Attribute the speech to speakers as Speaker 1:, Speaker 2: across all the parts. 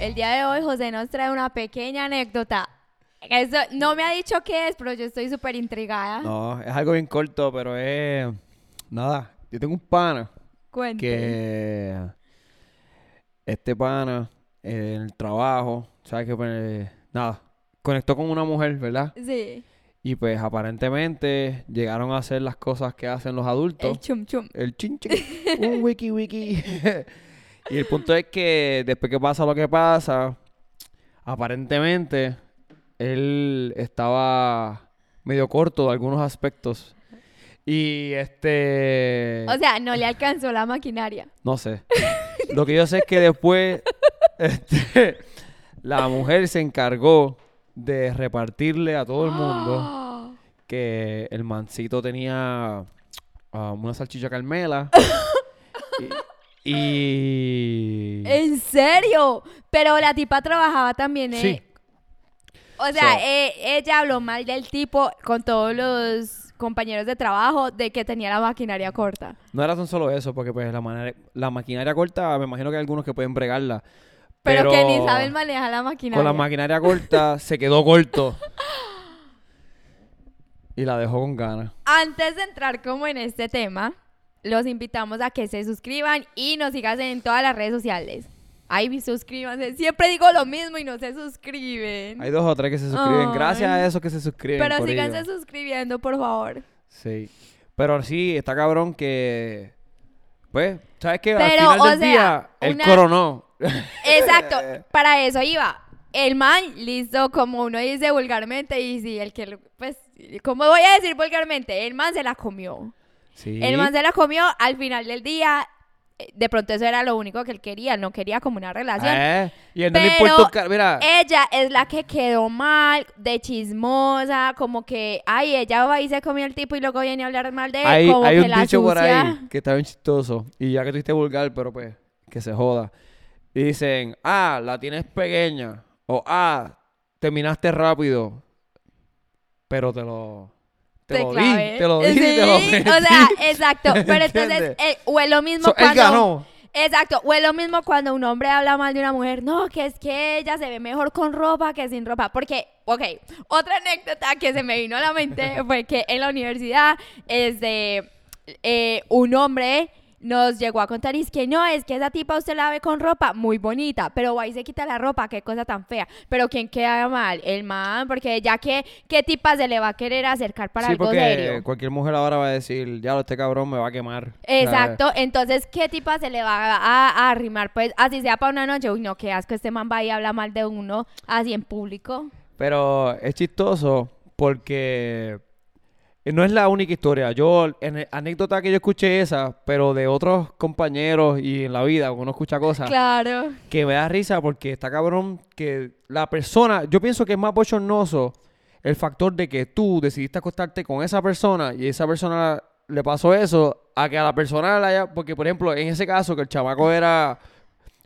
Speaker 1: el día de hoy José nos trae una pequeña anécdota. Eso, no me ha dicho qué es, pero yo estoy súper intrigada.
Speaker 2: No, es algo bien corto, pero es. Nada. Yo tengo un pana
Speaker 1: Cuente.
Speaker 2: que. Este pana, eh, en el trabajo, ¿sabes qué? Pues, nada. Conectó con una mujer, ¿verdad?
Speaker 1: Sí,
Speaker 2: Y pues aparentemente llegaron a hacer las cosas que hacen los adultos.
Speaker 1: el chum chum.
Speaker 2: El chin chin. Un wiki wiki. y el punto es que después que pasa lo que pasa, aparentemente él estaba medio corto de algunos aspectos. Y este.
Speaker 1: O sea, no le alcanzó la maquinaria.
Speaker 2: No sé. Lo que yo sé es que después este, la mujer se encargó de repartirle a todo el mundo
Speaker 1: ¡Ah!
Speaker 2: que el mancito tenía ah, una salchicha carmela. y. y-
Speaker 1: ¿En serio? Pero la tipa trabajaba también, ¿eh?
Speaker 2: Sí.
Speaker 1: O sea,
Speaker 2: So-
Speaker 1: eh, ella habló mal del tipo con todos los compañeros de trabajo de que tenía la maquinaria corta.
Speaker 2: No era tan solo eso, porque pues la, manera- la maquinaria corta, me imagino que hay algunos que pueden bregarla.
Speaker 1: Pero, que ni saben manejar la maquinaria.
Speaker 2: Con la maquinaria corta se quedó corto. Y la dejó con ganas.
Speaker 1: Antes de entrar como en este tema, los invitamos a que se suscriban y nos sigan en todas las redes sociales. Ay, suscríbanse. Siempre digo lo mismo y no se suscriben.
Speaker 2: Hay dos o tres que se suscriben.
Speaker 1: Ay.
Speaker 2: Gracias a esos que se suscriben.
Speaker 1: Pero
Speaker 2: corillo.
Speaker 1: síganse suscribiendo, por favor.
Speaker 2: Sí. Pero sí, está cabrón que. Pues, ¿sabes qué? Al
Speaker 1: Pero,
Speaker 2: final
Speaker 1: o
Speaker 2: del
Speaker 1: sea,
Speaker 2: día, el
Speaker 1: una-
Speaker 2: coronó.
Speaker 1: Exacto, para eso iba. El man, listo, como uno dice vulgarmente, y si el que, lo- pues, ¿cómo voy a decir vulgarmente? El man se la comió.
Speaker 2: sí.
Speaker 1: El man se la comió al final del día. eh, De pronto eso era lo único que él quería, no quería como una relación.
Speaker 2: Eh, Y él no le
Speaker 1: Ah, Pero
Speaker 2: importa un car- Mira.
Speaker 1: Ella es la que quedó mal, de chismosa, como que, ay, ella va y se comió al tipo y luego viene a hablar mal de él,
Speaker 2: hay,
Speaker 1: como
Speaker 2: hay
Speaker 1: que
Speaker 2: un
Speaker 1: la
Speaker 2: dicho por
Speaker 1: sucia.
Speaker 2: ahí que está bien chistoso. Y ya que tuviste vulgar, pero pues, que se joda. Y dicen, ah, la tienes pequeña. O ah, terminaste rápido. Pero te lo. Te, lo
Speaker 1: clavé.
Speaker 2: di, te lo di,
Speaker 1: Sí,
Speaker 2: te lo
Speaker 1: O sea,
Speaker 2: metí.
Speaker 1: exacto. Pero entonces,
Speaker 2: ¿Entiendes?
Speaker 1: eh, o es lo mismo
Speaker 2: So,
Speaker 1: cuando.
Speaker 2: él ganó.
Speaker 1: Exacto, o es lo mismo cuando un hombre habla mal de una mujer, no, que es que ella se ve mejor con ropa que sin ropa, porque, ok, otra anécdota que se me vino a la mente fue que en la universidad, este, eh, un hombre nos llegó a contar, y es que no, es que esa tipa usted la ve con ropa muy bonita, pero ahí se quita la ropa, qué cosa tan fea, pero ¿quién queda mal? El man, porque ya que, ¿qué tipa se le va a querer acercar para
Speaker 2: sí,
Speaker 1: algo
Speaker 2: porque
Speaker 1: serio?
Speaker 2: cualquier mujer ahora va a decir, ya este cabrón me va a quemar. O sea,
Speaker 1: Exacto, entonces, ¿qué tipa se le va a, a arrimar? Pues, así sea para una noche, uy, no, qué asco, este man va y habla mal de uno así en público.
Speaker 2: Pero es chistoso porque eh, no es la única historia. Yo, en anécdota que yo escuché esa, pero de otros compañeros y en la vida, uno escucha cosas
Speaker 1: Claro.
Speaker 2: que me da risa porque está cabrón que la persona, yo pienso que es más bochornoso el factor de que tú decidiste acostarte con esa persona y esa persona le pasó eso a que a la persona la haya, porque por ejemplo, en ese caso que el chamaco era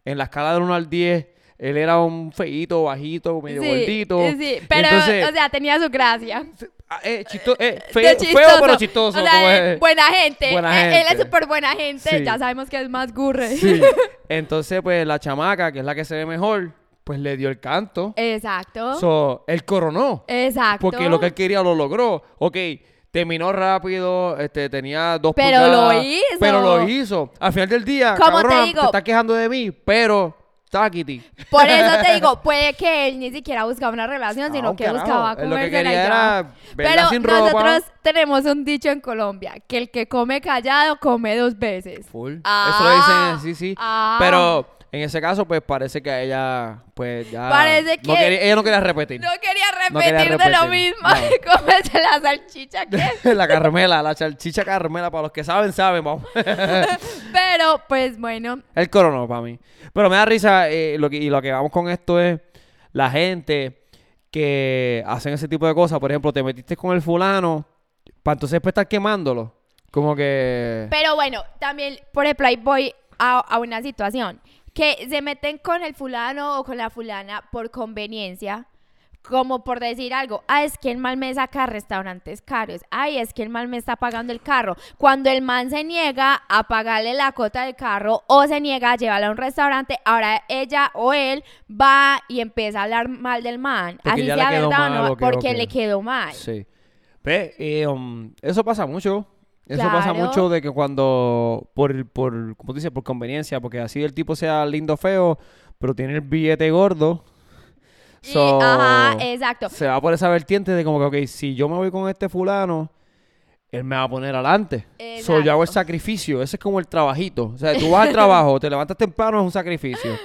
Speaker 2: en la escala del 1 al 10, él era un feíto, bajito, medio gordito.
Speaker 1: Sí, pero,
Speaker 2: Entonces,
Speaker 1: o sea, tenía su gracia.
Speaker 2: ah, eh, chisto- eh, fe-
Speaker 1: De
Speaker 2: feo
Speaker 1: chistoso.
Speaker 2: pero chistoso.
Speaker 1: O sea,
Speaker 2: como
Speaker 1: eh,
Speaker 2: es.
Speaker 1: buena gente.
Speaker 2: Buena
Speaker 1: eh, Él es
Speaker 2: gente.
Speaker 1: súper buena gente,
Speaker 2: Sí.
Speaker 1: ya sabemos que es más gurre.
Speaker 2: Sí. Entonces, pues la chamaca, que es la que se ve mejor, pues le dio el canto.
Speaker 1: Exacto.
Speaker 2: So, él coronó.
Speaker 1: Exacto.
Speaker 2: Porque lo que él quería lo logró. Ok, terminó rápido, este, tenía dos
Speaker 1: Pero
Speaker 2: pulgadas,
Speaker 1: lo hizo.
Speaker 2: Pero lo hizo. Al final del día,
Speaker 1: ¿Cómo te
Speaker 2: cabrón,
Speaker 1: digo?
Speaker 2: estás quejando de mí, pero taquiti.
Speaker 1: Por eso te digo, puede que él ni siquiera buscaba una relación, sino
Speaker 2: Ah, un
Speaker 1: que
Speaker 2: carajo.
Speaker 1: buscaba
Speaker 2: Él Lo que
Speaker 1: comérsela y
Speaker 2: quería
Speaker 1: ya.
Speaker 2: era verla
Speaker 1: Pero
Speaker 2: sin ropa.
Speaker 1: nosotros tenemos un dicho en Colombia, que el que come callado come dos veces.
Speaker 2: Full.
Speaker 1: Ah,
Speaker 2: Eso lo dicen, sí, sí.
Speaker 1: ah.
Speaker 2: Pero en ese caso, pues parece que a ella, pues ya.
Speaker 1: Parece
Speaker 2: no
Speaker 1: que-
Speaker 2: quería- ella no quería repetir.
Speaker 1: No quería repetir,
Speaker 2: No quería
Speaker 1: de lo
Speaker 2: repetir,
Speaker 1: mismo, comerse la salchicha que...
Speaker 2: la Carmela, la salchicha Carmela, para los que saben, saben, vamos.
Speaker 1: Pero, pues bueno,
Speaker 2: El coronó para mí. Pero me da risa eh, lo que, y lo que vamos con esto es la gente que hacen ese tipo de cosas. Por ejemplo, te metiste con el fulano para entonces después estar quemándolo. Como que...
Speaker 1: Pero bueno, también, por ejemplo, ahí voy a, a una situación. Que se meten con el fulano o con la fulana por conveniencia. como por decir algo, ah, es que el mal me saca a restaurantes caros, ay, es que el mal me está pagando el carro. Cuando el man se niega a pagarle la cuota del carro o se niega a llevarla a un restaurante, ahora ella o él va y empieza a hablar mal del man,
Speaker 2: Porque
Speaker 1: así
Speaker 2: ya le
Speaker 1: sea
Speaker 2: quedó
Speaker 1: verdad o
Speaker 2: mal,
Speaker 1: no,
Speaker 2: ok,
Speaker 1: porque
Speaker 2: ok.
Speaker 1: le quedó mal.
Speaker 2: Sí. Ve, eh, um, eso pasa mucho. Eso pasa
Speaker 1: Claro.
Speaker 2: mucho de que cuando, por, por, como dices, por conveniencia, porque así el tipo sea lindo feo, pero tiene el billete gordo.
Speaker 1: Y-
Speaker 2: so,
Speaker 1: ajá, exacto.
Speaker 2: se va por esa vertiente de como que, ok, si yo me voy con este fulano, él me va a poner adelante. So, yo hago el
Speaker 1: Exacto.
Speaker 2: sacrificio. Ese es como el trabajito. O sea, tú vas al trabajo, te levantas temprano, es un sacrificio.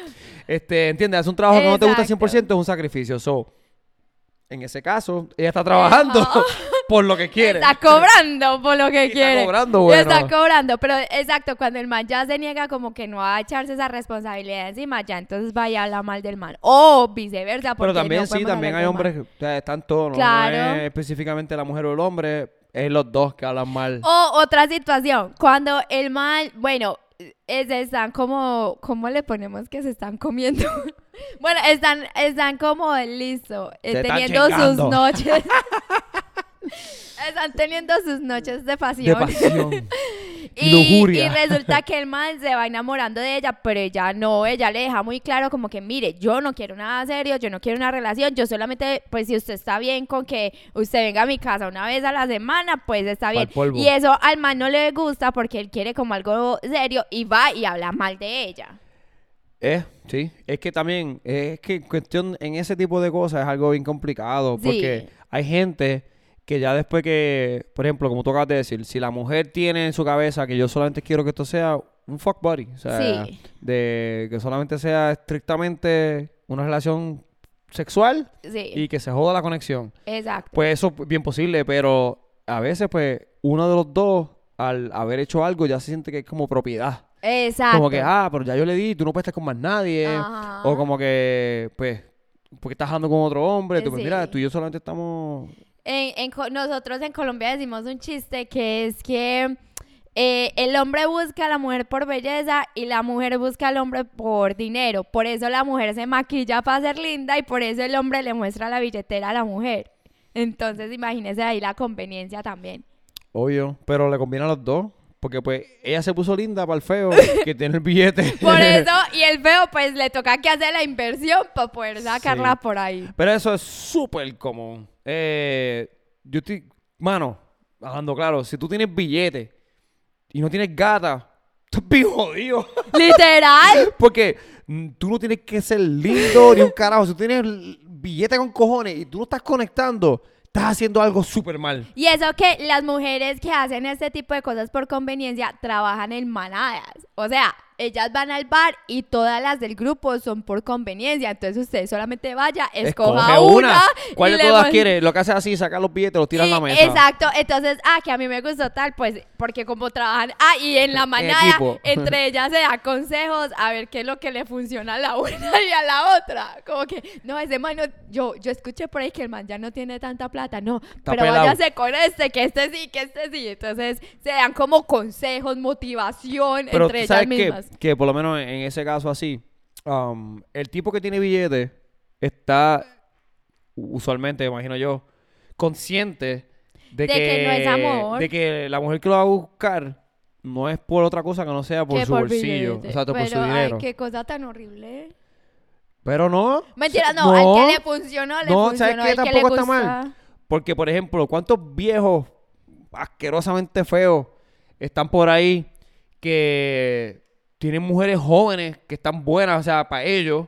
Speaker 2: Este, ¿entiendes? Haces un trabajo que no te gusta
Speaker 1: Exacto.
Speaker 2: 100%, es un sacrificio. So, en ese caso, ella está trabajando por lo que quiere.
Speaker 1: Está cobrando por lo que
Speaker 2: Y está
Speaker 1: quiere.
Speaker 2: cobrando,
Speaker 1: Y
Speaker 2: bueno.
Speaker 1: Está cobrando, pero exacto, cuando el man ya se niega como que no va a echarse esa responsabilidad encima, ya entonces vaya a hablar mal del man. O viceversa, porque
Speaker 2: Pero también
Speaker 1: no
Speaker 2: sí,
Speaker 1: podemos
Speaker 2: también
Speaker 1: hablar
Speaker 2: hay
Speaker 1: del
Speaker 2: hombres,
Speaker 1: mal.
Speaker 2: que, o sea, están todos, ¿no?
Speaker 1: Claro.
Speaker 2: no es específicamente la mujer o el hombre, es los dos que hablan mal.
Speaker 1: O otra situación, cuando el man, bueno, eh, se están como, ¿cómo le ponemos que se están comiendo? bueno, están, están como listo, eh,
Speaker 2: Se están
Speaker 1: teniendo sus
Speaker 2: chingando.
Speaker 1: noches. están teniendo sus noches de pasión.
Speaker 2: de pasión. y lujuria.
Speaker 1: y resulta que el man se va enamorando de ella, pero ella no, ella le deja muy claro como que, mire, yo no quiero nada serio, yo no quiero una relación, yo solamente, pues si usted está bien con que usted venga a mi casa una vez a la semana, pues está bien.
Speaker 2: polvo.
Speaker 1: Y eso al man no le gusta porque él quiere como algo serio y va y habla mal de ella.
Speaker 2: Eh, sí, es que también, eh, es que cuestión en ese tipo de cosas es algo bien complicado,
Speaker 1: Sí.
Speaker 2: porque hay gente que ya después que, por ejemplo, como tú acabas de decir, si la mujer tiene en su cabeza que yo solamente quiero que esto sea un fuck buddy, o sea,
Speaker 1: Sí.
Speaker 2: de que solamente sea estrictamente una relación sexual
Speaker 1: Sí,
Speaker 2: y que se joda la conexión,
Speaker 1: exacto.
Speaker 2: pues eso es bien posible, pero a veces pues uno de los dos al haber hecho algo ya se siente que es como propiedad.
Speaker 1: Exacto.
Speaker 2: Como que, ah, pero ya yo le di, tú no puedes estar con más nadie.
Speaker 1: Ajá.
Speaker 2: O como que, pues, porque estás andando con otro hombre. Tú, pues,
Speaker 1: Eh, Sí.
Speaker 2: mira, tú y yo solamente estamos.
Speaker 1: En- en Co- nosotros en Colombia decimos un chiste que es que eh, el hombre busca a la mujer por belleza y la mujer busca al hombre por dinero. Por eso la mujer se maquilla para ser linda y por eso el hombre le muestra la billetera a la mujer. Entonces imagínese ahí la conveniencia también.
Speaker 2: Obvio, pero le combina a los dos. Porque, pues, ella se puso linda para el feo que tiene el billete.
Speaker 1: Por eso, y el feo pues le toca que hacer la inversión para poder sacarla
Speaker 2: Sí.
Speaker 1: por ahí.
Speaker 2: Pero eso es súper común. Eh, yo estoy. Mano, hablando claro, si tú tienes billete y no tienes gata, tú estás bien jodido.
Speaker 1: Literal.
Speaker 2: Porque mm, tú no tienes que ser lindo ni un carajo. Si tú tienes l- billete con cojones y tú no estás conectando, estás haciendo algo súper mal.
Speaker 1: Y eso que las mujeres que hacen este tipo de cosas por conveniencia trabajan en manadas. O sea, ellas van al bar y todas las del grupo son por conveniencia. Entonces usted solamente vaya, escoja
Speaker 2: Escoge
Speaker 1: una.
Speaker 2: ¿Cuál
Speaker 1: y
Speaker 2: de
Speaker 1: le
Speaker 2: todas
Speaker 1: pon-
Speaker 2: quieres? Lo que haces así, sacar los billetes, los tiras a la
Speaker 1: Y-
Speaker 2: mesa.
Speaker 1: Exacto, entonces, ah, que a mí me gustó tal, pues, porque como trabajan, ah, y en la manada,
Speaker 2: equipo.
Speaker 1: entre ellas se da consejos a ver qué es lo que le funciona a la una y a la otra. Como que, no, ese man, no- yo, yo escuché por ahí que el man ya no tiene tanta plata, no, pero
Speaker 2: pelado.
Speaker 1: váyase con este, que este sí, que este sí. Entonces, se dan como consejos, motivación
Speaker 2: Pero
Speaker 1: entre
Speaker 2: tú
Speaker 1: ellas
Speaker 2: sabes que,
Speaker 1: mismas.
Speaker 2: que por lo menos en ese caso así, um, el tipo que tiene billete está, usualmente, imagino yo, consciente
Speaker 1: De
Speaker 2: de,
Speaker 1: que no es amor.
Speaker 2: De que la mujer que lo va a buscar no es por otra cosa que no sea por
Speaker 1: Que
Speaker 2: su bolsillo.
Speaker 1: billete.
Speaker 2: Exacto, por su
Speaker 1: Pero, ay,
Speaker 2: dinero.
Speaker 1: qué cosa tan horrible.
Speaker 2: Pero no.
Speaker 1: Mentira,
Speaker 2: se-
Speaker 1: no, al que le funcionó, le
Speaker 2: No, ¿sabes
Speaker 1: funcionó.
Speaker 2: qué?
Speaker 1: al que le
Speaker 2: Tampoco está
Speaker 1: gusta.
Speaker 2: mal. Porque, por ejemplo, ¿cuántos viejos asquerosamente feos están por ahí que tienen mujeres jóvenes que están buenas, o sea, para ellos,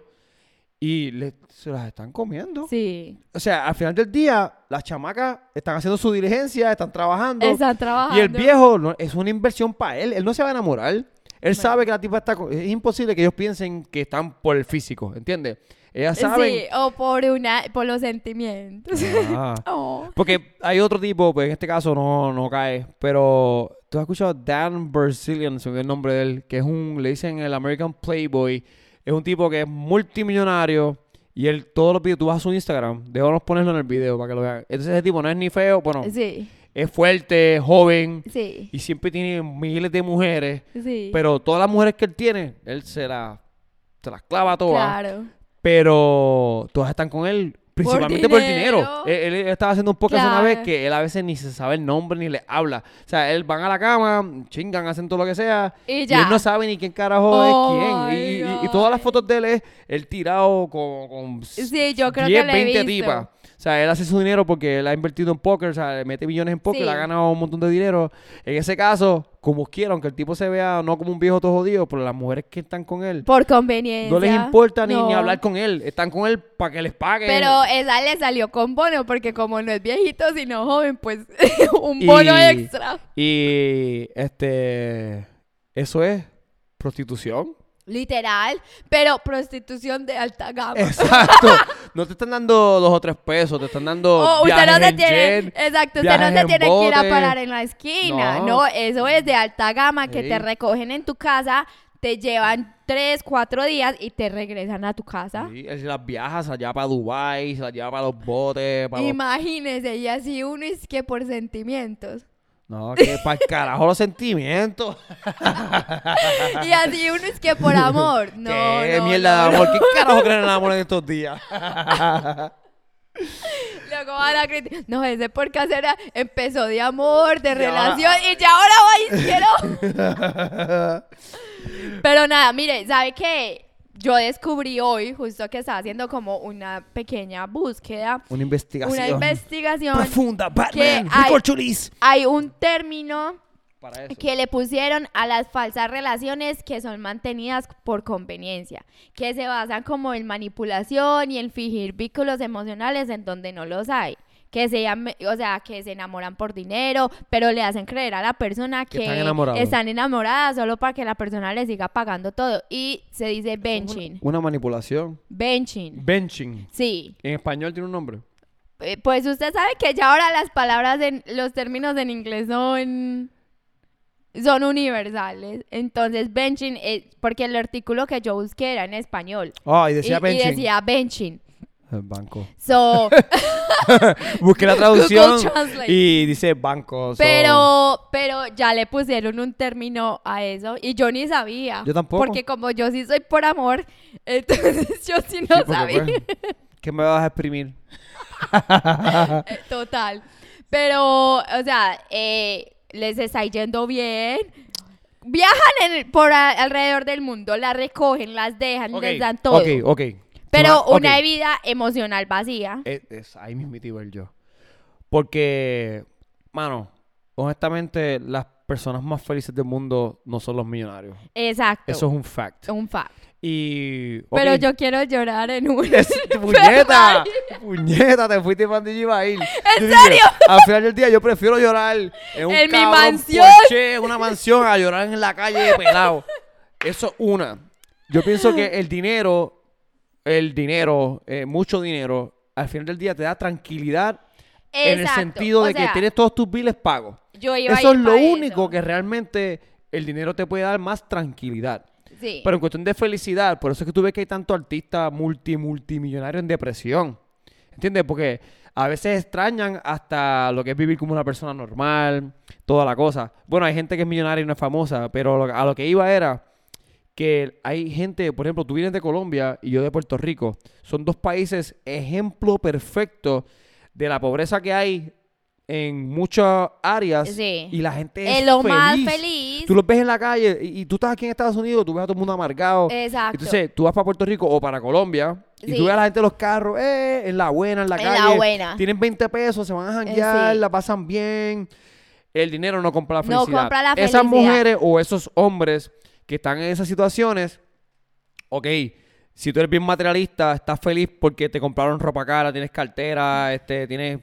Speaker 2: y le- se las están comiendo?
Speaker 1: Sí.
Speaker 2: O sea, al final del día, las chamacas están haciendo su diligencia, están trabajando.
Speaker 1: Están trabajando.
Speaker 2: Y el viejo no- es una inversión para él. Él no se va a enamorar. Él sabe que la tipa está... co- Es imposible que ellos piensen que están por el físico, ¿entiendes? Ellas saben...
Speaker 1: Sí, o por una, por los sentimientos.
Speaker 2: Ah.
Speaker 1: Oh.
Speaker 2: Porque hay otro tipo, pues en este caso no, no cae, pero tú has escuchado a Dan Brazilian, se me olvidó el nombre de él, que es un, le dicen el American Playboy, es un tipo que es multimillonario y él todos los videos, tú vas a su Instagram, déjanos ponerlo en el video para que lo vean. Entonces ese tipo no es ni feo, bueno,
Speaker 1: Sí,
Speaker 2: es fuerte, es joven
Speaker 1: sí,
Speaker 2: y siempre tiene miles de mujeres,
Speaker 1: sí.
Speaker 2: pero todas las mujeres que él tiene, él se las, se las clava todas.
Speaker 1: claro.
Speaker 2: Pero todas están con él Principalmente por, dinero. Eh,
Speaker 1: dinero.
Speaker 2: Él, él estaba haciendo un podcast una
Speaker 1: Claro.
Speaker 2: vez que él a veces ni se sabe el nombre ni le habla. O sea, él van a la cama, chingan, hacen todo lo que sea.
Speaker 1: Y ya.
Speaker 2: él no sabe ni quién carajo
Speaker 1: Oh
Speaker 2: es quién. Y-
Speaker 1: my
Speaker 2: Y, y
Speaker 1: God.
Speaker 2: todas las fotos de él es él tirado con, con
Speaker 1: Sí, yo creo que le he
Speaker 2: 20
Speaker 1: visto.
Speaker 2: tipas. O sea, él hace su dinero porque él ha invertido en póker, o sea, le mete millones en póker,
Speaker 1: Sí.
Speaker 2: le ha ganado un montón de dinero. En ese caso, como quiera, aunque el tipo se vea no como un viejo todo jodido, pero las mujeres que están con él,
Speaker 1: Por conveniencia.
Speaker 2: no les importa ni, ni
Speaker 1: No.
Speaker 2: hablar con él. Están con él para que les paguen.
Speaker 1: Pero esa le salió con bono, porque como no es viejito, sino joven, pues un
Speaker 2: Y-
Speaker 1: bono extra.
Speaker 2: Y este eso es prostitución.
Speaker 1: Literal, pero prostitución de alta gama.
Speaker 2: Exacto. no te están dando dos o tres pesos, te están dando
Speaker 1: O Oh, usted no
Speaker 2: Oh, viajes
Speaker 1: se
Speaker 2: en
Speaker 1: tiene, Eh,
Speaker 2: jet.
Speaker 1: exacto, usted
Speaker 2: viajes
Speaker 1: no se
Speaker 2: en
Speaker 1: tiene que ir a
Speaker 2: bote.
Speaker 1: parar en la esquina.
Speaker 2: No.
Speaker 1: No, eso es de alta gama que te
Speaker 2: Sí.
Speaker 1: recogen en tu casa, te llevan tres, cuatro días y te regresan a tu casa.
Speaker 2: Sí, él se las viaja, se las lleva para Dubai, se las lleva para los botes, para los
Speaker 1: Imagínese, y así uno es que por sentimientos.
Speaker 2: No, que para el carajo los sentimientos.
Speaker 1: Y así uno es que por amor. No,
Speaker 2: ¿Qué
Speaker 1: no,
Speaker 2: mierda
Speaker 1: no,
Speaker 2: de amor? ¿Qué carajo creen en el amor en estos días?
Speaker 1: Luego van a criticar. No, ese podcast era, empezó de amor, de
Speaker 2: Y ahora-
Speaker 1: relación, y ya ahora va y quiero. Pero nada, mire, ¿sabe qué? Yo descubrí hoy, justo que estaba haciendo como una pequeña búsqueda,
Speaker 2: Una investigación.
Speaker 1: una investigación.
Speaker 2: profunda. Batman,
Speaker 1: hay-
Speaker 2: Record Chulis.
Speaker 1: Hay un término
Speaker 2: Para eso.
Speaker 1: que le pusieron a las falsas relaciones que son mantenidas por conveniencia, que se basan como en manipulación y en fingir vínculos emocionales en donde no los hay. Que se, llame- o sea, que se enamoran por dinero, pero le hacen creer a la persona
Speaker 2: Que
Speaker 1: que,
Speaker 2: están enamorados.
Speaker 1: están enamoradas solo para que la persona le siga pagando todo. Y se dice benching.
Speaker 2: Una manipulación.
Speaker 1: Benching.
Speaker 2: Benching.
Speaker 1: Sí.
Speaker 2: En español tiene un nombre.
Speaker 1: Eh, Pues usted sabe que ya ahora las palabras, en, los términos en inglés son, son universales. Entonces, benching, es, porque el artículo que yo busqué era en español.
Speaker 2: Ah, y
Speaker 1: Y,
Speaker 2: decía
Speaker 1: y
Speaker 2: benching.
Speaker 1: decía benching.
Speaker 2: El banco.
Speaker 1: So,
Speaker 2: Busqué la traducción
Speaker 1: Google Translate.
Speaker 2: y dice banco. so-
Speaker 1: pero, pero ya le pusieron un término a eso y yo ni sabía.
Speaker 2: Yo tampoco.
Speaker 1: Porque como yo sí soy por amor, entonces yo sí
Speaker 2: Sí,
Speaker 1: no
Speaker 2: porque,
Speaker 1: sabía.
Speaker 2: pues, ¿Qué me vas a exprimir?
Speaker 1: Eh, Total. Pero, o sea, eh, les está yendo bien. Viajan en- por a- alrededor del mundo, las recogen, las dejan, les dan todo.
Speaker 2: Ok, ok.
Speaker 1: Pero
Speaker 2: Una-
Speaker 1: una
Speaker 2: ok.
Speaker 1: vida emocional vacía.
Speaker 2: Es, es- ahí mismito iba el yo. Porque, mano, honestamente, las personas más felices del mundo no son los millonarios.
Speaker 1: Exacto.
Speaker 2: Eso es un fact.
Speaker 1: un fact.
Speaker 2: Y. ok.
Speaker 1: Pero yo quiero llorar en un...
Speaker 2: Es- ¡Puñeta! ¡Puñeta! Te fuiste para donde yo iba a ir. Yo dije,
Speaker 1: serio?
Speaker 2: Al final del día yo prefiero llorar en, un
Speaker 1: En mi
Speaker 2: cabrón
Speaker 1: mansión.
Speaker 2: Porsche, en una mansión, a llorar en la calle pelado. Eso es una. Yo pienso que el dinero, el dinero, eh, mucho dinero, al final del día te da tranquilidad en el
Speaker 1: Exacto.
Speaker 2: sentido
Speaker 1: O
Speaker 2: de
Speaker 1: sea,
Speaker 2: que tienes todos tus biles pagos.
Speaker 1: Yo iba a
Speaker 2: Eso
Speaker 1: ir
Speaker 2: es lo
Speaker 1: pa' eso.
Speaker 2: único que realmente el dinero te puede dar más tranquilidad.
Speaker 1: Sí.
Speaker 2: Pero en cuestión de felicidad, por eso es que tú ves que hay tanto artista multi, multimillonario en depresión. ¿Entiendes? Porque a veces extrañan hasta lo que es vivir como una persona normal, toda la cosa. Bueno, hay gente que es millonaria y no es famosa, pero lo- a lo que iba era que hay gente, por ejemplo, tú vienes de Colombia y yo de Puerto Rico. Son dos países ejemplo perfecto de la pobreza que hay en muchas áreas
Speaker 1: Sí.
Speaker 2: y la gente es,
Speaker 1: Es lo más
Speaker 2: feliz.
Speaker 1: feliz.
Speaker 2: Tú los ves en la calle y, y tú estás aquí en Estados Unidos, tú ves a todo el mundo amargado.
Speaker 1: Exacto.
Speaker 2: Entonces, tú vas para Puerto Rico o para Colombia y
Speaker 1: Sí.
Speaker 2: tú ves a la gente en los carros, eh, en la buena, en la
Speaker 1: En la
Speaker 2: calle.
Speaker 1: buena. Eh,
Speaker 2: Tienen 20 pesos, se van a janguear,
Speaker 1: sí.
Speaker 2: la pasan bien. El dinero no compra la
Speaker 1: No
Speaker 2: felicidad.
Speaker 1: compra la
Speaker 2: Esas
Speaker 1: felicidad.
Speaker 2: mujeres o esos hombres que están en esas situaciones, ok, si tú eres bien materialista, estás feliz porque te compraron ropa cara, tienes cartera, este, tienes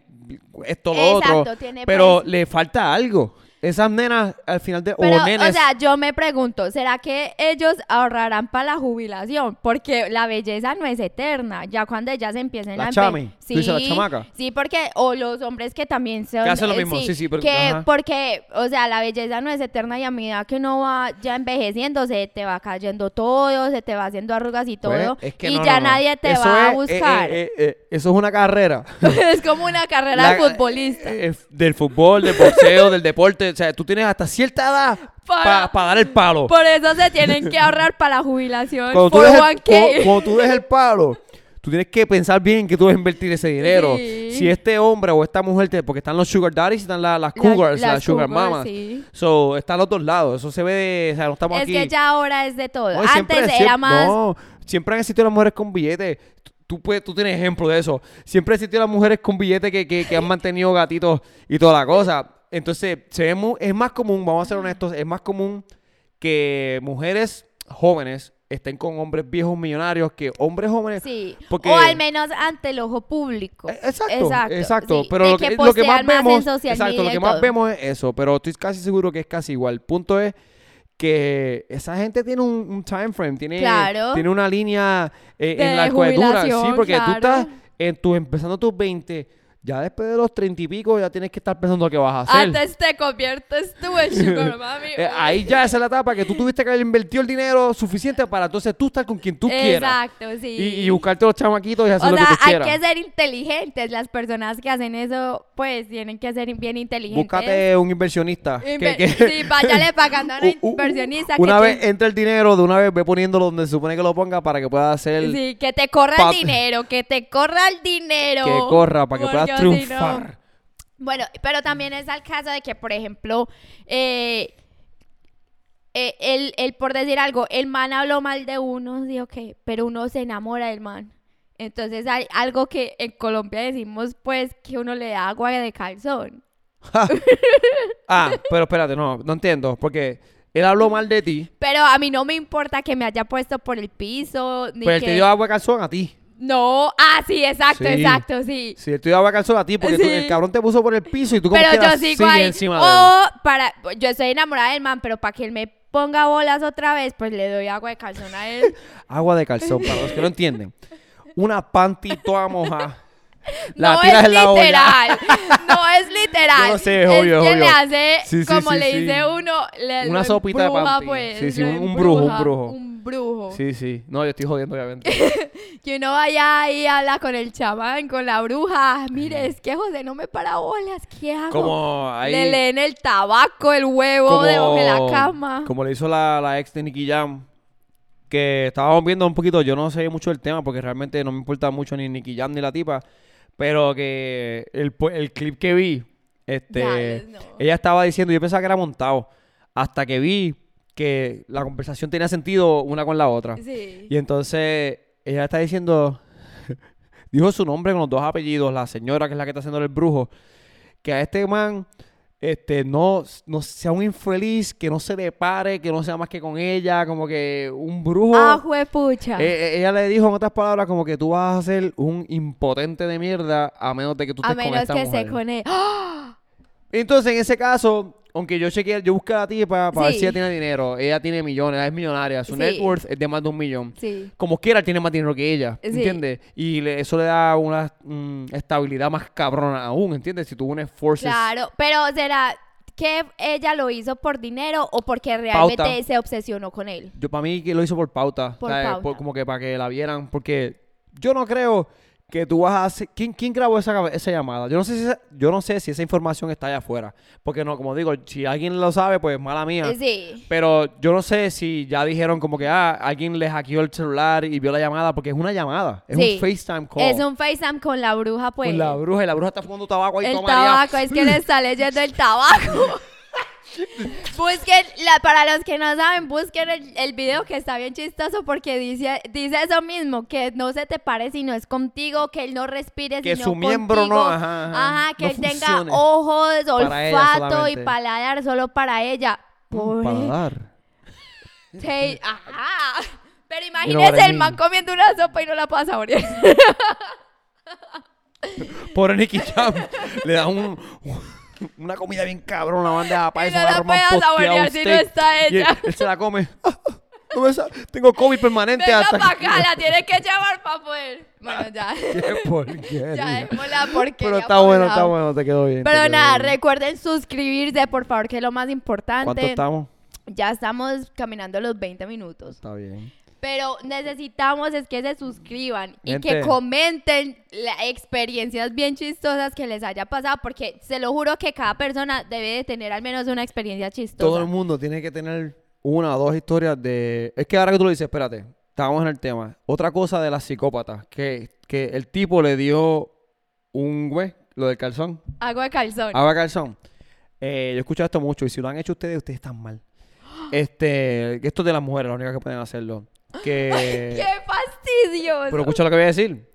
Speaker 2: esto, lo
Speaker 1: Exacto,
Speaker 2: otro.
Speaker 1: tiene
Speaker 2: pero
Speaker 1: pues-
Speaker 2: le falta algo. Esas nenas al final de...
Speaker 1: Pero,
Speaker 2: o nenes,
Speaker 1: o sea, yo me pregunto, ¿será que ellos ahorrarán para la jubilación? Porque la belleza no es eterna. Ya cuando ellas empiecen
Speaker 2: La
Speaker 1: a... empe-
Speaker 2: chame, tú dices la chamaca.
Speaker 1: Sí, porque... O los hombres que también se...
Speaker 2: Que hacen lo mismo, sí, sí, pero-
Speaker 1: que
Speaker 2: ajá.
Speaker 1: Porque, o sea, la belleza no es eterna y a medida que uno va ya envejeciendo, se te va cayendo todo, se te va haciendo arrugas y
Speaker 2: Pues,
Speaker 1: todo.
Speaker 2: es que
Speaker 1: y
Speaker 2: no,
Speaker 1: ya
Speaker 2: no, no.
Speaker 1: nadie te
Speaker 2: Eso
Speaker 1: va a
Speaker 2: es- eh,
Speaker 1: buscar.
Speaker 2: eh, eh, eh, eso es una carrera.
Speaker 1: es como una carrera de
Speaker 2: La-
Speaker 1: futbolista.
Speaker 2: eh, eh, del fútbol, del boxeo, del deporte. O sea, tú tienes hasta cierta edad para
Speaker 1: Para-
Speaker 2: dar el palo.
Speaker 1: Por eso se tienen que ahorrar para la jubilación.
Speaker 2: cuando, tú
Speaker 1: por
Speaker 2: des el,
Speaker 1: Juan
Speaker 2: cu- cuando tú des el palo, tú tienes que pensar bien en que tú vas a invertir ese dinero.
Speaker 1: Sí.
Speaker 2: Si este hombre o esta mujer, te, porque están los sugar daddies y están la- las cougars, las, sugar
Speaker 1: cougars,
Speaker 2: mamas.
Speaker 1: sí.
Speaker 2: So, está a los dos lados. Eso se ve de- O sea, no estamos
Speaker 1: Es
Speaker 2: aquí.
Speaker 1: que ya ahora es de todo.
Speaker 2: No, y
Speaker 1: Antes
Speaker 2: siempre-
Speaker 1: era
Speaker 2: siempre-
Speaker 1: más.
Speaker 2: No, siempre han existido las mujeres con billetes. Tú- Tú, puedes, tú tienes ejemplo de eso. Siempre han existido las mujeres con billetes que, que- que han mantenido gatitos y toda la cosa. Entonces, se ve mu- es más común, vamos a ser honestos, es más común que mujeres jóvenes estén con hombres viejos millonarios que hombres jóvenes.
Speaker 1: Sí.
Speaker 2: Porque-
Speaker 1: O al menos ante el ojo público.
Speaker 2: Eh, Exacto, exacto.
Speaker 1: sí,
Speaker 2: Pero
Speaker 1: de
Speaker 2: lo que, lo que más
Speaker 1: postean
Speaker 2: vemos,
Speaker 1: en social
Speaker 2: exacto,
Speaker 1: media
Speaker 2: lo
Speaker 1: y
Speaker 2: que más
Speaker 1: todo.
Speaker 2: vemos es eso, pero estoy casi seguro que es casi igual. El punto es que esa gente tiene un, un time frame, tiene,
Speaker 1: Claro.
Speaker 2: tiene una línea eh,
Speaker 1: De
Speaker 2: en la cuadradura, sí,
Speaker 1: jubilación,
Speaker 2: porque tú
Speaker 1: claro.
Speaker 2: estás en tu, empezando tus 20, ya después de los 30 y pico ya tienes que estar pensando qué vas a hacer.
Speaker 1: Antes Ah, te conviertes tú en sugar mami.
Speaker 2: Eh, ahí ya esa es la etapa que tú tuviste que haber invertido el dinero suficiente para entonces tú estar con quien tú quieras
Speaker 1: Exacto, sí.
Speaker 2: y, y buscarte los chamaquitos y
Speaker 1: o
Speaker 2: hacer
Speaker 1: sea,
Speaker 2: lo que tú
Speaker 1: hay
Speaker 2: quieras.
Speaker 1: que ser inteligentes. Las personas que hacen eso, pues, tienen que ser bien inteligentes.
Speaker 2: Búscate un inversionista. que-
Speaker 1: Inver-
Speaker 2: que-
Speaker 1: Sí, váyale pagando a una
Speaker 2: u- u-
Speaker 1: inversionista.
Speaker 2: Una
Speaker 1: que
Speaker 2: vez entra el dinero, de una vez ve poniéndolo donde se supone que lo ponga para que pueda
Speaker 1: te,
Speaker 2: hacer.
Speaker 1: sí, que te corra
Speaker 2: pa-
Speaker 1: el dinero, que te corra el dinero.
Speaker 2: Que corra para que puedas
Speaker 1: Porque si no-
Speaker 2: triunfar.
Speaker 1: Bueno, pero también es al caso de que, por ejemplo, eh, eh, el, el, por decir algo, el man habló mal de uno, dijo que, pero uno se enamora del man. Entonces hay algo que en Colombia decimos, pues, que uno le da agua de calzón.
Speaker 2: Ah, pero espérate, no, no entiendo. Porque él habló mal de ti,
Speaker 1: Pero a mí no me importa que me haya puesto por el piso, ni
Speaker 2: pero él
Speaker 1: que...
Speaker 2: te Pues dio agua de calzón a ti.
Speaker 1: No, ah, sí, exacto,
Speaker 2: Sí.
Speaker 1: exacto, sí.
Speaker 2: Si él te dio agua de calzón a ti, porque tú-
Speaker 1: Sí.
Speaker 2: el cabrón te puso por el piso y tú como
Speaker 1: Pero
Speaker 2: quiera
Speaker 1: yo sigo
Speaker 2: sigues
Speaker 1: ahí. Oh.
Speaker 2: encima de él.
Speaker 1: O para, yo estoy enamorada del man, pero para que él me ponga bolas otra vez, pues le doy agua de calzón a él.
Speaker 2: Agua de calzón, para los que no entienden. Una panty toda moja. La
Speaker 1: no
Speaker 2: tiras
Speaker 1: es
Speaker 2: en la olla.
Speaker 1: literal. no es literal.
Speaker 2: Yo lo sé, es obvio, es
Speaker 1: que
Speaker 2: obio.
Speaker 1: le hace,
Speaker 2: Sí, sí,
Speaker 1: como
Speaker 2: sí,
Speaker 1: le
Speaker 2: sí.
Speaker 1: dice uno, le,
Speaker 2: Una
Speaker 1: lo
Speaker 2: sopita de
Speaker 1: embruja,
Speaker 2: panty.
Speaker 1: Pues,
Speaker 2: Sí, sí,
Speaker 1: lo
Speaker 2: un- un brujo, un
Speaker 1: embruja,
Speaker 2: brujo.
Speaker 1: Un brujo.
Speaker 2: Sí, sí. No, yo estoy jodiendo, obviamente.
Speaker 1: Que uno vaya ahí, habla con el chamán, con la bruja. Mire, es que José no me para bolas. ¿Qué hago?
Speaker 2: Como ahí.
Speaker 1: Le leen el tabaco, el huevo debajo de la cama.
Speaker 2: Como le hizo la, la ex de Nicky Jam. Que estábamos viendo un poquito, yo no sé mucho del tema porque realmente no me importa mucho ni Nicky Jam ni la tipa. Pero que el, po- el clip que vi, este,
Speaker 1: Ya, eh, no.
Speaker 2: ella estaba diciendo, yo pensaba que era montado. Hasta que vi que la conversación tenía sentido una con la otra.
Speaker 1: Sí.
Speaker 2: Y entonces ella está diciendo, dijo su nombre con los dos apellidos, la señora que es la que está haciendo el brujo, que a este man este, no, no sea un infeliz, que no se le pare, que no sea más que con ella, como que un brujo.
Speaker 1: Ah, juepucha.
Speaker 2: Eh, eh, ella le dijo en otras palabras como que tú vas a ser un impotente de mierda a menos de que tú
Speaker 1: a
Speaker 2: estés con
Speaker 1: menos
Speaker 2: esta
Speaker 1: que
Speaker 2: mujer. ¡Ah!
Speaker 1: se conecte.
Speaker 2: Entonces, en ese caso, aunque yo chequeé, yo busqué a la tipa para ver
Speaker 1: Sí.
Speaker 2: si ella tiene dinero. Ella tiene millones, ella es millonaria. Su
Speaker 1: Sí.
Speaker 2: net worth es de más de un millón
Speaker 1: Sí.
Speaker 2: como quiera él tiene más dinero que ella,
Speaker 1: Sí.
Speaker 2: ¿entiendes? Y le- eso le da una mm, estabilidad más cabrona aún, ¿entiendes? Si tú unes forces.
Speaker 1: Claro, pero será que ella lo hizo por dinero o porque realmente
Speaker 2: Pauta.
Speaker 1: se obsesionó con él.
Speaker 2: Yo para mí que lo hizo por pauta,
Speaker 1: Por
Speaker 2: ¿sabes?
Speaker 1: pauta.
Speaker 2: como que para que la vieran, porque yo no creo que tú vas a hacer... ¿Quién, quién grabó esa, esa llamada? Yo no, sé si esa, yo no sé si esa información está allá afuera, porque no, como digo, si alguien lo sabe, pues mala mía.
Speaker 1: Eh, Sí.
Speaker 2: Pero yo no sé si ya dijeron como que, ah, alguien le hackeó el celular y vio la llamada, porque es una llamada, es
Speaker 1: Sí.
Speaker 2: un FaceTime call.
Speaker 1: Es un FaceTime con la bruja, pues.
Speaker 2: Con la bruja, y la bruja está fumando tabaco ahí
Speaker 1: el
Speaker 2: toda mareada.
Speaker 1: tabaco, es que le está leyendo el tabaco. busquen, la- para los que no saben, busquen el, el video que está bien chistoso porque dice, dice eso mismo, que no se te pare si no es contigo, que él no respire si
Speaker 2: Que
Speaker 1: no
Speaker 2: su miembro
Speaker 1: contigo.
Speaker 2: no, ajá, ajá,
Speaker 1: Ajá, que
Speaker 2: no
Speaker 1: él tenga
Speaker 2: funcione.
Speaker 1: ojos,
Speaker 2: Para ella
Speaker 1: olfato y
Speaker 2: solamente.
Speaker 1: paladar solo para ella. Pobre.
Speaker 2: Paladar.
Speaker 1: Sí, ajá. Pero
Speaker 2: You know what I
Speaker 1: imagínese el man
Speaker 2: mean.
Speaker 1: comiendo una sopa y no la pasa saborear.
Speaker 2: Pobre Nicky Jam. Le da un, una comida bien cabrón, una bandeja para
Speaker 1: Y
Speaker 2: eso.
Speaker 1: no
Speaker 2: una
Speaker 1: la
Speaker 2: Roman
Speaker 1: puede
Speaker 2: posteado,
Speaker 1: saborear
Speaker 2: un
Speaker 1: si no
Speaker 2: steak.
Speaker 1: está
Speaker 2: Y él-
Speaker 1: ella.
Speaker 2: Él, se la come. Ah, No me sa- Tengo COVID permanente
Speaker 1: Venga
Speaker 2: hasta
Speaker 1: para
Speaker 2: que-
Speaker 1: acá, la tiene que llevar para poder. Bueno, ya.
Speaker 2: Qué porquería.
Speaker 1: ya eh, dejémosla porque.
Speaker 2: Pero está bueno, está bueno, te quedó bien. te
Speaker 1: Pero
Speaker 2: quedó
Speaker 1: nada,
Speaker 2: bien.
Speaker 1: recuerden suscribirse, por favor, que es lo más importante.
Speaker 2: ¿Cuánto estamos?
Speaker 1: Ya estamos caminando los 20 minutos.
Speaker 2: Está bien.
Speaker 1: Pero necesitamos es que se suscriban y
Speaker 2: Gente.
Speaker 1: que comenten las experiencias bien chistosas que les haya pasado, porque se lo juro que cada persona debe de tener al menos una experiencia chistosa.
Speaker 2: Todo el mundo tiene que tener una o dos historias de... Es que ahora que tú lo dices, espérate. estábamos en el tema. Otra cosa de las psicópatas, que, que el tipo le dio un güey, lo del calzón.
Speaker 1: Agua de calzón.
Speaker 2: Agua de calzón. Eh, yo he escuchado esto mucho y si lo han hecho ustedes, ustedes están mal. Este, esto es de las mujeres, las únicas que pueden hacerlo. Que,
Speaker 1: ¡Qué fastidio!
Speaker 2: pero pues, escucha lo que voy a decir.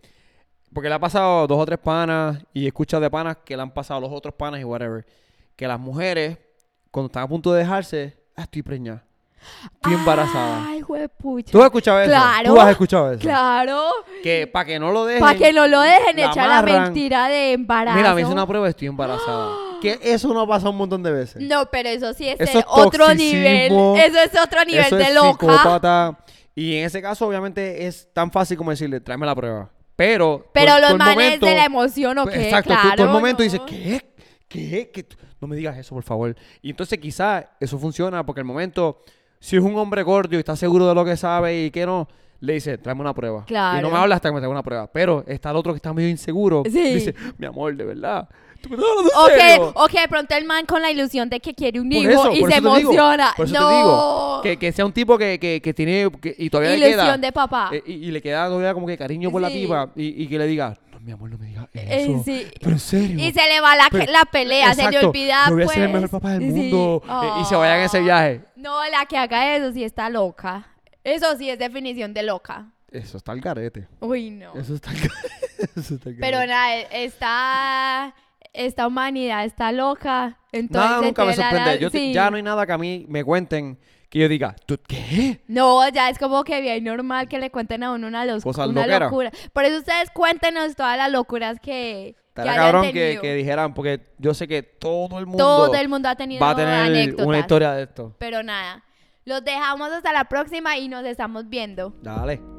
Speaker 2: Porque le ha pasado dos o tres panas y escucha de panas que le han pasado a los otros panas y whatever. Que las mujeres, cuando están a punto de dejarse, ah, estoy preñada. Estoy embarazada.
Speaker 1: Ay, juepucha.
Speaker 2: ¿Tú has escuchado eso?
Speaker 1: Ah, Claro.
Speaker 2: ¿Tú has escuchado eso?
Speaker 1: Claro.
Speaker 2: Que para que no lo dejen.
Speaker 1: Para que no lo dejen
Speaker 2: Eh, la
Speaker 1: echar la
Speaker 2: amarran.
Speaker 1: mentira de embarazo.
Speaker 2: Mira, me hice una prueba, estoy embarazada. que eso no ha pasado un montón de veces.
Speaker 1: No, pero eso sí es,
Speaker 2: Eso
Speaker 1: eh,
Speaker 2: es
Speaker 1: otro nivel.
Speaker 2: toxicismo.
Speaker 1: Eso es otro nivel
Speaker 2: Eso
Speaker 1: de
Speaker 2: es
Speaker 1: loca.
Speaker 2: psicópata. Y en ese caso, obviamente, es tan fácil como decirle, tráeme la prueba. Pero.
Speaker 1: Pero
Speaker 2: por-
Speaker 1: los
Speaker 2: por
Speaker 1: manes
Speaker 2: momento-
Speaker 1: de la emoción o
Speaker 2: pues,
Speaker 1: qué,
Speaker 2: Exacto. tú
Speaker 1: claro.
Speaker 2: por momento dices,
Speaker 1: ¿no?
Speaker 2: ¿qué? ¿Qué? ¿Qué? tú- No me digas eso, por favor. Y entonces, quizá eso funciona porque el momento, si es un hombre gordo y está seguro de lo que sabe y que no. Le dice, tráeme una prueba. Y
Speaker 1: Claro.
Speaker 2: no me habla hasta que me traiga una prueba. Pero está el otro que está medio inseguro.
Speaker 1: Sí.
Speaker 2: Le Dice, mi amor, de verdad. ¿Tú me estás hablando en
Speaker 1: O que,
Speaker 2: serio?"
Speaker 1: o que de pronto el man con la ilusión de que quiere un
Speaker 2: Por
Speaker 1: hijo
Speaker 2: eso,
Speaker 1: y
Speaker 2: por
Speaker 1: se
Speaker 2: eso te digo,
Speaker 1: emociona.
Speaker 2: por eso te
Speaker 1: no.
Speaker 2: digo, que, que sea un tipo que, que, que tiene que- y todavía le
Speaker 1: Ilusión
Speaker 2: queda
Speaker 1: de papá.
Speaker 2: eh, y, y le queda todavía como que cariño por la
Speaker 1: Sí.
Speaker 2: tipa y, y que le diga, no, mi amor, no me digas
Speaker 1: Eh,
Speaker 2: eso.
Speaker 1: sí.
Speaker 2: Pero en serio.
Speaker 1: Y se le va la,
Speaker 2: Pero-
Speaker 1: la pelea, se le
Speaker 2: Exacto.
Speaker 1: olvida.
Speaker 2: Yo voy
Speaker 1: pues.
Speaker 2: a ser el mejor papá del
Speaker 1: Sí.
Speaker 2: mundo. eh, y se vayan a ese
Speaker 1: Ah.
Speaker 2: viaje.
Speaker 1: No, la que haga eso sí está loca. Eso sí es definición de loca.
Speaker 2: Eso está el carete.
Speaker 1: Uy, no.
Speaker 2: Eso está el carete. Eso está el
Speaker 1: Pero
Speaker 2: garete.
Speaker 1: nada, esta, esta humanidad está loca. Entonces,
Speaker 2: Nada nunca me
Speaker 1: tiene la-
Speaker 2: sorprende.
Speaker 1: la-
Speaker 2: Yo te-
Speaker 1: sí.
Speaker 2: Ya no hay nada que a mí me cuenten que yo diga, ¿tú qué?
Speaker 1: No, ya es como que bien normal que le cuenten a uno una, los-
Speaker 2: Cosas
Speaker 1: una
Speaker 2: loqueras.
Speaker 1: locura. Por eso ustedes cuéntenos todas las locuras que, que
Speaker 2: Estaría
Speaker 1: hayan
Speaker 2: cabrón que,
Speaker 1: tenido.
Speaker 2: que dijeran, porque yo sé que todo el mundo,
Speaker 1: Todo el mundo ha tenido
Speaker 2: va a tener
Speaker 1: anécdotas.
Speaker 2: una historia de esto.
Speaker 1: Pero nada, los dejamos hasta la próxima y nos estamos viendo.
Speaker 2: Dale.